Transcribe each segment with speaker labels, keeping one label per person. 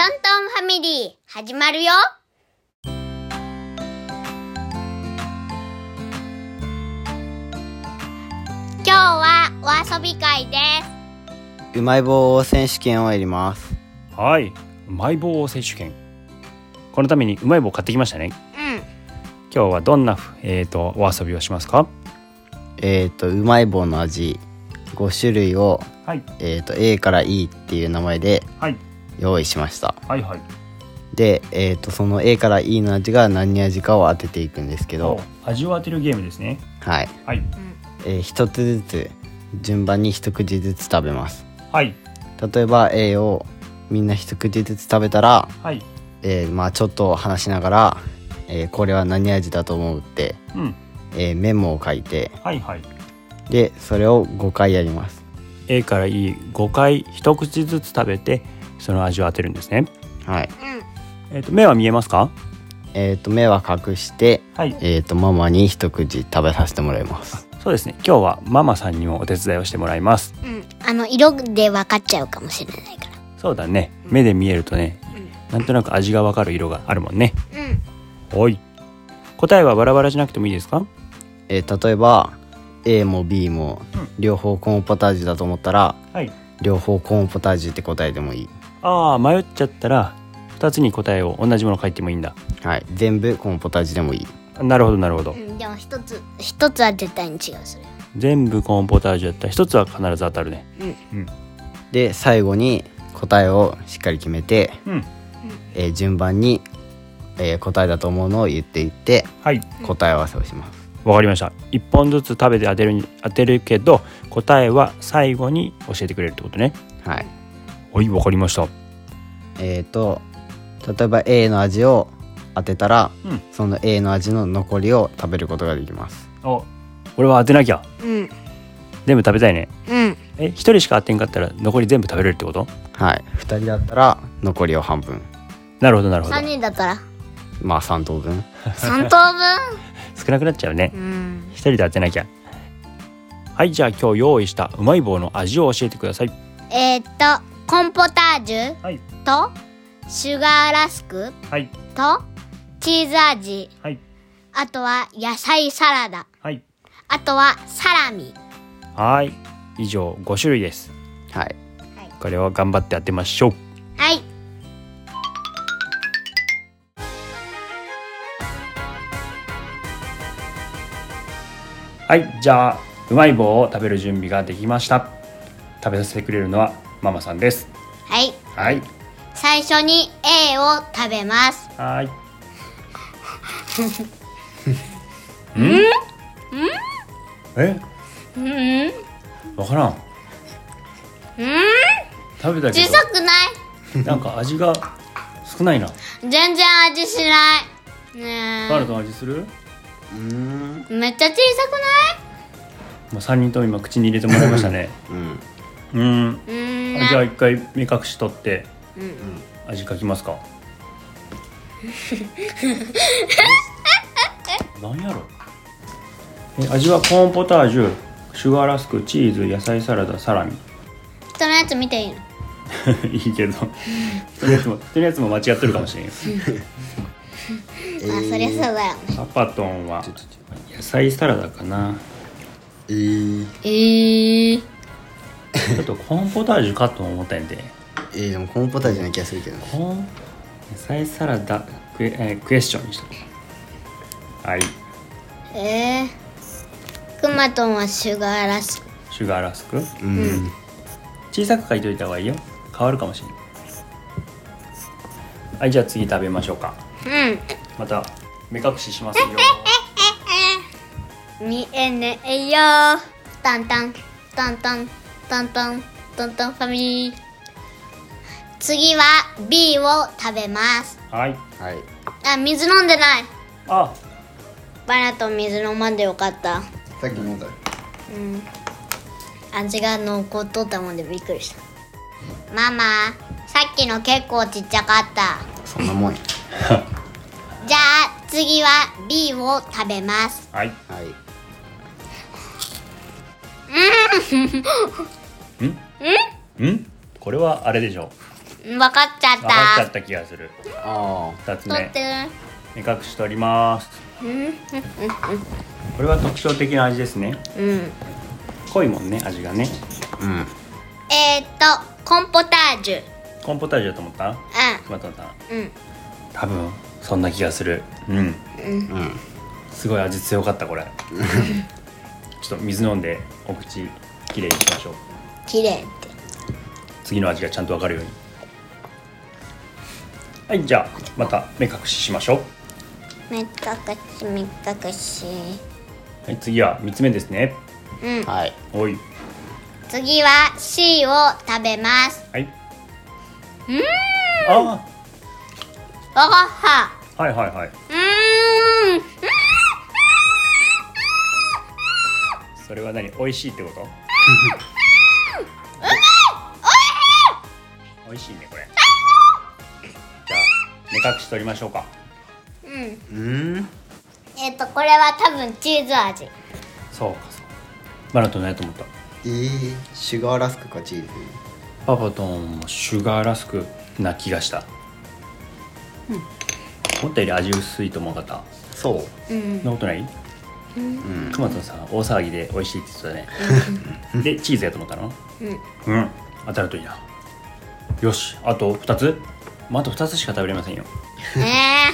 Speaker 1: ァミリー始まるよ今日はお遊び会です
Speaker 2: うまい棒選手権をやります
Speaker 3: はいうまい棒選手権このためにうまい棒買ってきましたね
Speaker 1: うん
Speaker 3: 今日はどんな、えー、とお遊びをしますか
Speaker 2: えっ、とうまい棒の味5種類を、
Speaker 3: はい
Speaker 2: えー、と A から E っていう名前で
Speaker 3: はい
Speaker 2: 用意しました
Speaker 3: はいはい
Speaker 2: で、えー、とその A から E の味が何味かを当てていくんですけど
Speaker 3: 味を当てるゲームですね
Speaker 2: はい、
Speaker 3: はい
Speaker 2: え1つずつ順番に一口ずつ食べます
Speaker 3: はい
Speaker 2: 例えば A をみんな一口ずつ食べたら、
Speaker 3: はい
Speaker 2: えーまあちょっと話しながら、えーこれは何味だと思うって、
Speaker 3: うん
Speaker 2: えーメモを書いて
Speaker 3: はいはい
Speaker 2: でそれを5回やります
Speaker 3: A から E5 回一口ずつ食べてその味を当てるんですね
Speaker 2: はい
Speaker 1: うん
Speaker 3: えっ、と目は見えますか
Speaker 2: えっ、と目は隠して、
Speaker 3: はい
Speaker 2: えっ、とママに一口食べさせてもらいます。
Speaker 3: そうですね今日はママさんにもお手伝いをしてもらいます
Speaker 1: うんあの色で分かっちゃうかもしれないか
Speaker 3: そうだね目で見えるとねなんとなく味がわかる色があるもんね
Speaker 1: らうん
Speaker 3: はい答えはバラバラじゃなくてもいいですか
Speaker 2: えー例えば A も B も
Speaker 3: うん
Speaker 2: 両方コーンポタージュだと思ったら
Speaker 3: はい
Speaker 2: 両方コーンポタージュって答えてもいい。
Speaker 3: ああ迷っちゃったら2つに答えを同じもの書いてもいいんだ
Speaker 2: はい、全部コーンポタージュでもいい。
Speaker 3: なるほどなるほど
Speaker 1: うんでも一つ一つは絶対に違うそれ
Speaker 3: 全部コーンポタージュだったら1つは必ず当たるね
Speaker 2: で最後に答えをしっかり決めて、
Speaker 3: うん
Speaker 2: えー順番に、えー答えだと思うのを言っていって
Speaker 3: はい
Speaker 2: 答え合わせをします。
Speaker 3: わかりました1本ずつ食べて当てるに当てるけど答えは最後に教えてくれるってことね
Speaker 2: はい。
Speaker 3: はいわかりました
Speaker 2: えー、と例えば A の味を当てたら、
Speaker 3: うん
Speaker 2: その A の味の残りを食べることができます
Speaker 3: お俺は当てなきゃ
Speaker 1: うん
Speaker 3: 全部食べたいね
Speaker 1: うん
Speaker 3: え1人しか当てんかったら残り全部食べれるってこと
Speaker 2: はい2人だったら残りを半分
Speaker 3: なるほどなるほど
Speaker 1: 3人だった ら
Speaker 2: まあ3等分
Speaker 1: 3等
Speaker 3: 少なくなっちゃうね
Speaker 1: 分うん
Speaker 3: 1人で当てなきゃはいじゃあ今日用意したうまい棒の味を教えてください
Speaker 1: えー、っとコンポタージュ
Speaker 3: はい
Speaker 1: とシュガーラスク
Speaker 3: はい
Speaker 1: とチーズ味
Speaker 3: はい
Speaker 1: あとは野菜サラダ
Speaker 3: はい
Speaker 1: あとはサラミ
Speaker 3: はい以上5種類です
Speaker 2: はい
Speaker 3: これを頑張って当てましょう
Speaker 1: はい
Speaker 3: はいじゃあうまい棒を食べる準備ができました食べさせてくれるのはママさんです
Speaker 1: はい
Speaker 3: はい
Speaker 1: 最初に A を食べます
Speaker 3: はいうんえ
Speaker 1: うんうん
Speaker 3: わからん食べた
Speaker 1: 小
Speaker 3: け
Speaker 1: さくない
Speaker 3: どなんか味が少ないな
Speaker 1: 全然味しないね
Speaker 3: 誰の味する
Speaker 2: うん
Speaker 1: えめっちゃ小さ
Speaker 3: まあ、3人とも今口に入れてもらいましたね
Speaker 2: うん
Speaker 3: うーん
Speaker 1: くないうーん
Speaker 3: じゃあ一回目隠し取って
Speaker 1: うん
Speaker 3: 味書きます かえなんやろえ味はコーンポタージュシュガーラスクチーズ野菜サラダサラミ
Speaker 1: 人のやつ見ていいの
Speaker 3: いいけど人のやつも人のやつも間違ってるかもしれんよ
Speaker 2: え
Speaker 1: あそりゃそうだよね
Speaker 3: パパトンは野菜サラダかな
Speaker 2: えー
Speaker 1: えー、
Speaker 3: ちょっとコーンポタージュかと思ったんやで
Speaker 2: えーでもコーンポタージュな気がするけどね
Speaker 3: コーン野菜サラダクエ,、えークエスチョンにしとくはい
Speaker 1: えー、くまとんはシュガーラスク
Speaker 3: シュガーラスク
Speaker 2: うん、
Speaker 3: 小さく書いといた方がいいよ変わるかもしれないはいじゃあ次食べましょうか
Speaker 1: う
Speaker 3: また目隠ししますよ
Speaker 1: ん見えねえよタンタンタンタンタンタンタンタンファミリー次は B を食べます
Speaker 3: はい
Speaker 2: はい
Speaker 1: あ水飲んでない
Speaker 3: あ
Speaker 1: バナと水飲まんでよかった
Speaker 2: さっき飲んだ
Speaker 1: うん味が残っとったもんでびっくりしたママさっきの結構ちっちゃかった
Speaker 2: そんなもんや
Speaker 1: じゃあ次は B を食べます
Speaker 3: はい
Speaker 2: はい
Speaker 3: んこれはあれでしょ
Speaker 1: 分かっちゃっ
Speaker 3: 分かっち
Speaker 1: た
Speaker 3: ゃった気がする
Speaker 2: あ
Speaker 3: 2つ
Speaker 1: 取
Speaker 3: 目
Speaker 1: って
Speaker 3: 目隠し取りますこれは特徴的な味ですね
Speaker 1: うん
Speaker 3: 濃いもんね味がね
Speaker 2: あうん
Speaker 1: えー、っとコンポタージュ
Speaker 3: コーンポタージュだと思ったまたた
Speaker 1: うんうん
Speaker 3: 多分そんな気がするうん
Speaker 2: うん
Speaker 3: すごい味強かったこれちょっと水飲んでお口きれいにしましょう
Speaker 1: 綺麗って
Speaker 3: 次の味がちゃんとわかるようにはいじゃあまた目隠ししましょう
Speaker 1: 目隠し目隠し
Speaker 3: はい次は3つ目ですね
Speaker 1: うん
Speaker 2: はい
Speaker 3: おい
Speaker 1: 次は C を食べます
Speaker 3: はいあ
Speaker 1: わかった
Speaker 3: ーはいはいはい
Speaker 1: ー
Speaker 3: う
Speaker 1: ん
Speaker 3: それは何美味しいってことうまい美味しい美味しいねこれじゃあ目隠し取りましょうか
Speaker 1: うん
Speaker 2: うん
Speaker 1: えっとこれは多分チーズ味
Speaker 3: そうかそうマナトンないと思った
Speaker 2: えー、シュガーラスクかチーズ
Speaker 3: パパトンもシュガーラスクな気がした、思ったより味薄いと思う方
Speaker 2: そう
Speaker 1: うん
Speaker 3: そんなことない、うん、トマトさん大騒ぎで美味しいって言ってたねでチーズやと思ったの
Speaker 1: うん
Speaker 3: うん当たるといいなよしあと2つまあ、あと2つしか食べれませんよ
Speaker 1: ね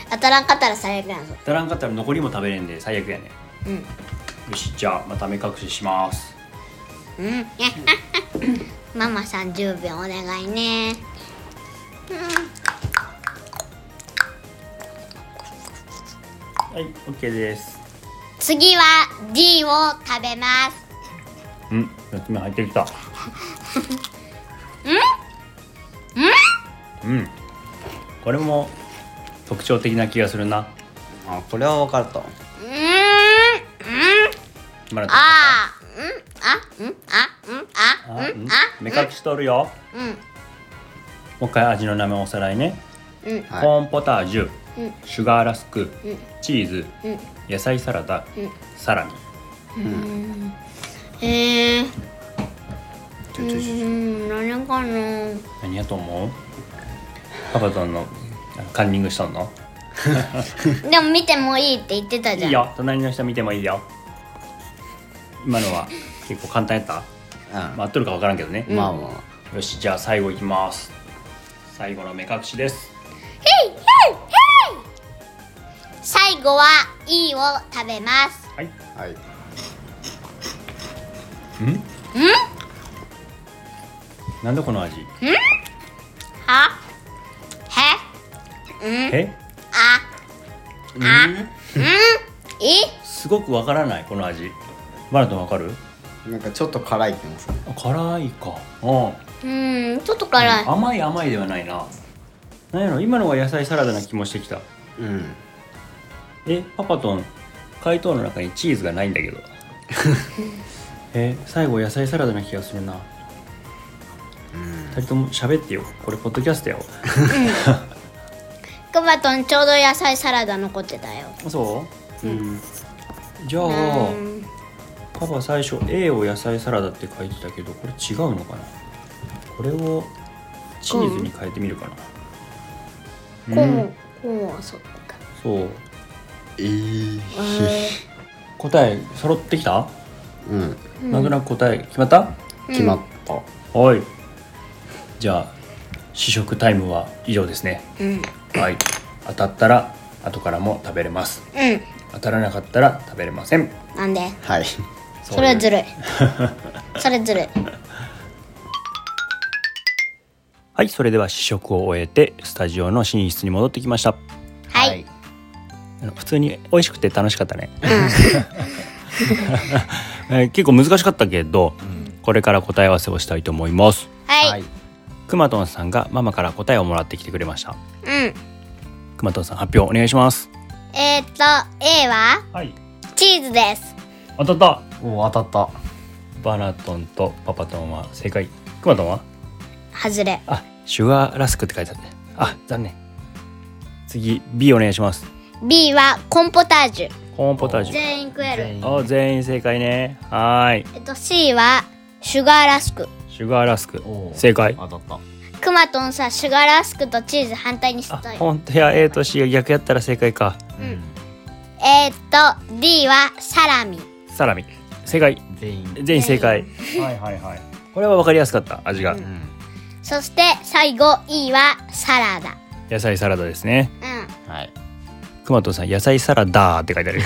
Speaker 1: え当たらんかったら最悪やんぞ
Speaker 3: 当たらんかったら残りも食べれんで最悪やね
Speaker 1: うん
Speaker 3: よしじゃあまた目隠しします
Speaker 1: うんママさん10秒お願いね
Speaker 3: はい OK です
Speaker 1: 次は D を食べます
Speaker 3: うん4つ目入ってきたうんうんこれも特徴的な気がするな
Speaker 2: あこれは分かった
Speaker 1: うーんうん
Speaker 3: マナトン
Speaker 1: あーうんあうんあうんあ
Speaker 3: あ
Speaker 1: う
Speaker 3: うんん
Speaker 1: あ
Speaker 3: 目隠しとるよ
Speaker 1: うん
Speaker 3: もう一回味の名前をおさらいね、
Speaker 1: うん
Speaker 2: はい
Speaker 3: コーンポタージュ、
Speaker 1: うん
Speaker 3: シュガーラスク、
Speaker 1: うん
Speaker 3: チーズ、
Speaker 1: うん
Speaker 3: 野菜サラダ、
Speaker 1: うん
Speaker 3: サラミ
Speaker 1: へえー
Speaker 2: ちょちょち
Speaker 1: う
Speaker 2: ょ
Speaker 1: ーん何かな
Speaker 3: 何やと思うパパとのあのカンニングしとんの
Speaker 1: でも見てもいいって言ってたじ
Speaker 3: い
Speaker 1: ゃん
Speaker 3: いよ隣の人見てもいいよ今のは結構簡単やった、
Speaker 2: うん
Speaker 3: ま
Speaker 2: ま
Speaker 3: あ、合っとるか分からんけどね、
Speaker 2: あまあ
Speaker 3: よしじゃあ最後いきます最後の目隠しです
Speaker 1: 最後は E を食べます
Speaker 3: はい
Speaker 2: はい
Speaker 3: なんだこの味
Speaker 1: はへ
Speaker 3: え
Speaker 1: ああうんい
Speaker 3: すごくわからないこの味マナトンわかる
Speaker 2: なんかちょっと辛い気もする
Speaker 3: あ辛いかうん
Speaker 1: うんちょっと辛い
Speaker 3: 甘い甘いではないななんやろ今のが野菜サラダな気もしてきた
Speaker 2: うん
Speaker 3: えパパトン解凍の中にチーズがないんだ けどえ最後野菜サラダな気がするな2人とも喋ってよこれポッドキャストよ
Speaker 1: クマトンちょうど野菜サラダ残ってたよ
Speaker 3: あそう、うん、じゃあ
Speaker 1: うん
Speaker 3: パパ最初 A を野菜サラダって書いてたけどこれ違うのかなこれをチーズに変えてみるかな、
Speaker 1: こうもこうもそうか
Speaker 3: そう
Speaker 2: えー、
Speaker 3: 答え揃ってきた、
Speaker 2: うん
Speaker 3: なんとなく答え決まった
Speaker 2: 決まった、
Speaker 3: はいじゃあ試食タイムは以上ですね
Speaker 1: うん
Speaker 3: はい当たったら後からも食べれます
Speaker 1: うん
Speaker 3: 当たらなかったら食べれません
Speaker 1: なんで
Speaker 2: はい
Speaker 1: それはずるい それずるい
Speaker 3: はいそれでは試食を終えてスタジオの寝室に戻ってきました
Speaker 1: はい
Speaker 3: あの普通に美味しくて楽しかったね、えー 結構難しかったけど、これから答え合わせをしたいと思います
Speaker 1: はい
Speaker 3: くまとんさんがママから答えをもらってきてくれました
Speaker 1: うん
Speaker 3: くまとんさん発表お願いします
Speaker 1: えーっと A は
Speaker 3: はい
Speaker 1: チーズです
Speaker 3: 当たった
Speaker 2: お当たっ
Speaker 3: バナトンとパパトンは正解くまトンは
Speaker 1: 外れ
Speaker 3: あシュガーラスクって書いてあってあ残念次 B お願いします
Speaker 1: B はコンポタージュ
Speaker 3: コーンポタージュ
Speaker 1: 全員食える
Speaker 2: 全員
Speaker 3: あ全員正解ねはーい
Speaker 1: えっと C はシュガーラスク
Speaker 3: シシュガーラスク
Speaker 2: おー
Speaker 3: 正解
Speaker 2: 当たった
Speaker 1: くまとんさシュガーラスクとチーズ反対にし
Speaker 3: あ
Speaker 1: たよ
Speaker 3: 本当や A と C が逆やったら正解か
Speaker 1: うんえー、っと D はサラミ
Speaker 3: サラミ正解
Speaker 2: 全員
Speaker 3: 全員正解
Speaker 2: はいはいはい
Speaker 3: これは分かりやすかった味が、
Speaker 1: うん
Speaker 2: うん
Speaker 1: そして最後 E はサラダ
Speaker 3: 野菜サラダですね
Speaker 1: うん
Speaker 2: はい
Speaker 3: くまとんさん野菜サラダーって書いてある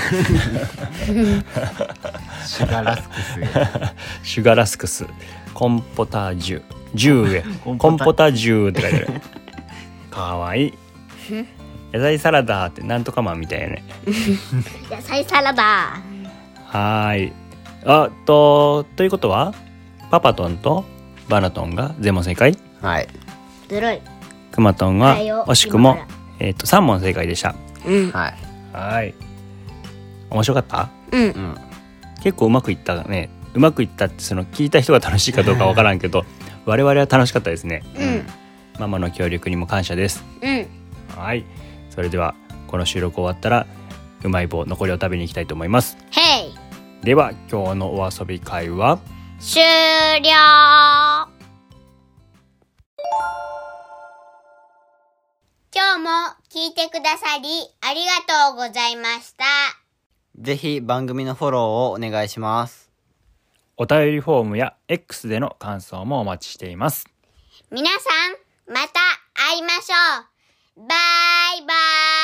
Speaker 2: シュガーラスクス
Speaker 3: シュガーラスクスコンポタージュジュー
Speaker 2: コ
Speaker 3: エ
Speaker 2: ンポタ
Speaker 3: コンポタージューって書いてある かわいい野菜サラダーってなんとかマンみたいやね
Speaker 1: 野菜サラダ
Speaker 3: はーいあとということはパパトンとバナトンが全問正解
Speaker 2: はい
Speaker 1: ずるい
Speaker 3: くまトンは
Speaker 1: だよ
Speaker 3: 惜しくも
Speaker 1: 今か、
Speaker 3: えっと3問正解でした
Speaker 1: うん
Speaker 2: はい
Speaker 3: はい面白かった
Speaker 1: うん
Speaker 2: うん
Speaker 3: 結構うまくいったねうまくいったってその聞いた人が楽しいかどうかわからんけど我々は楽しかったですね
Speaker 1: うん
Speaker 3: ママの協力にも感謝です
Speaker 1: うん
Speaker 3: はいそれではこの収録終わったらうまい棒残りを食べに行きたいと思います
Speaker 1: へい
Speaker 3: では今日のお遊び会は
Speaker 1: 終了今日も聞いてくださりありがとうございました。
Speaker 2: ぜひ番組のフォローをお願いします
Speaker 3: お便りフォームや X での感想もお待ちしています
Speaker 1: 皆さん、また会いましょう。バイバイ。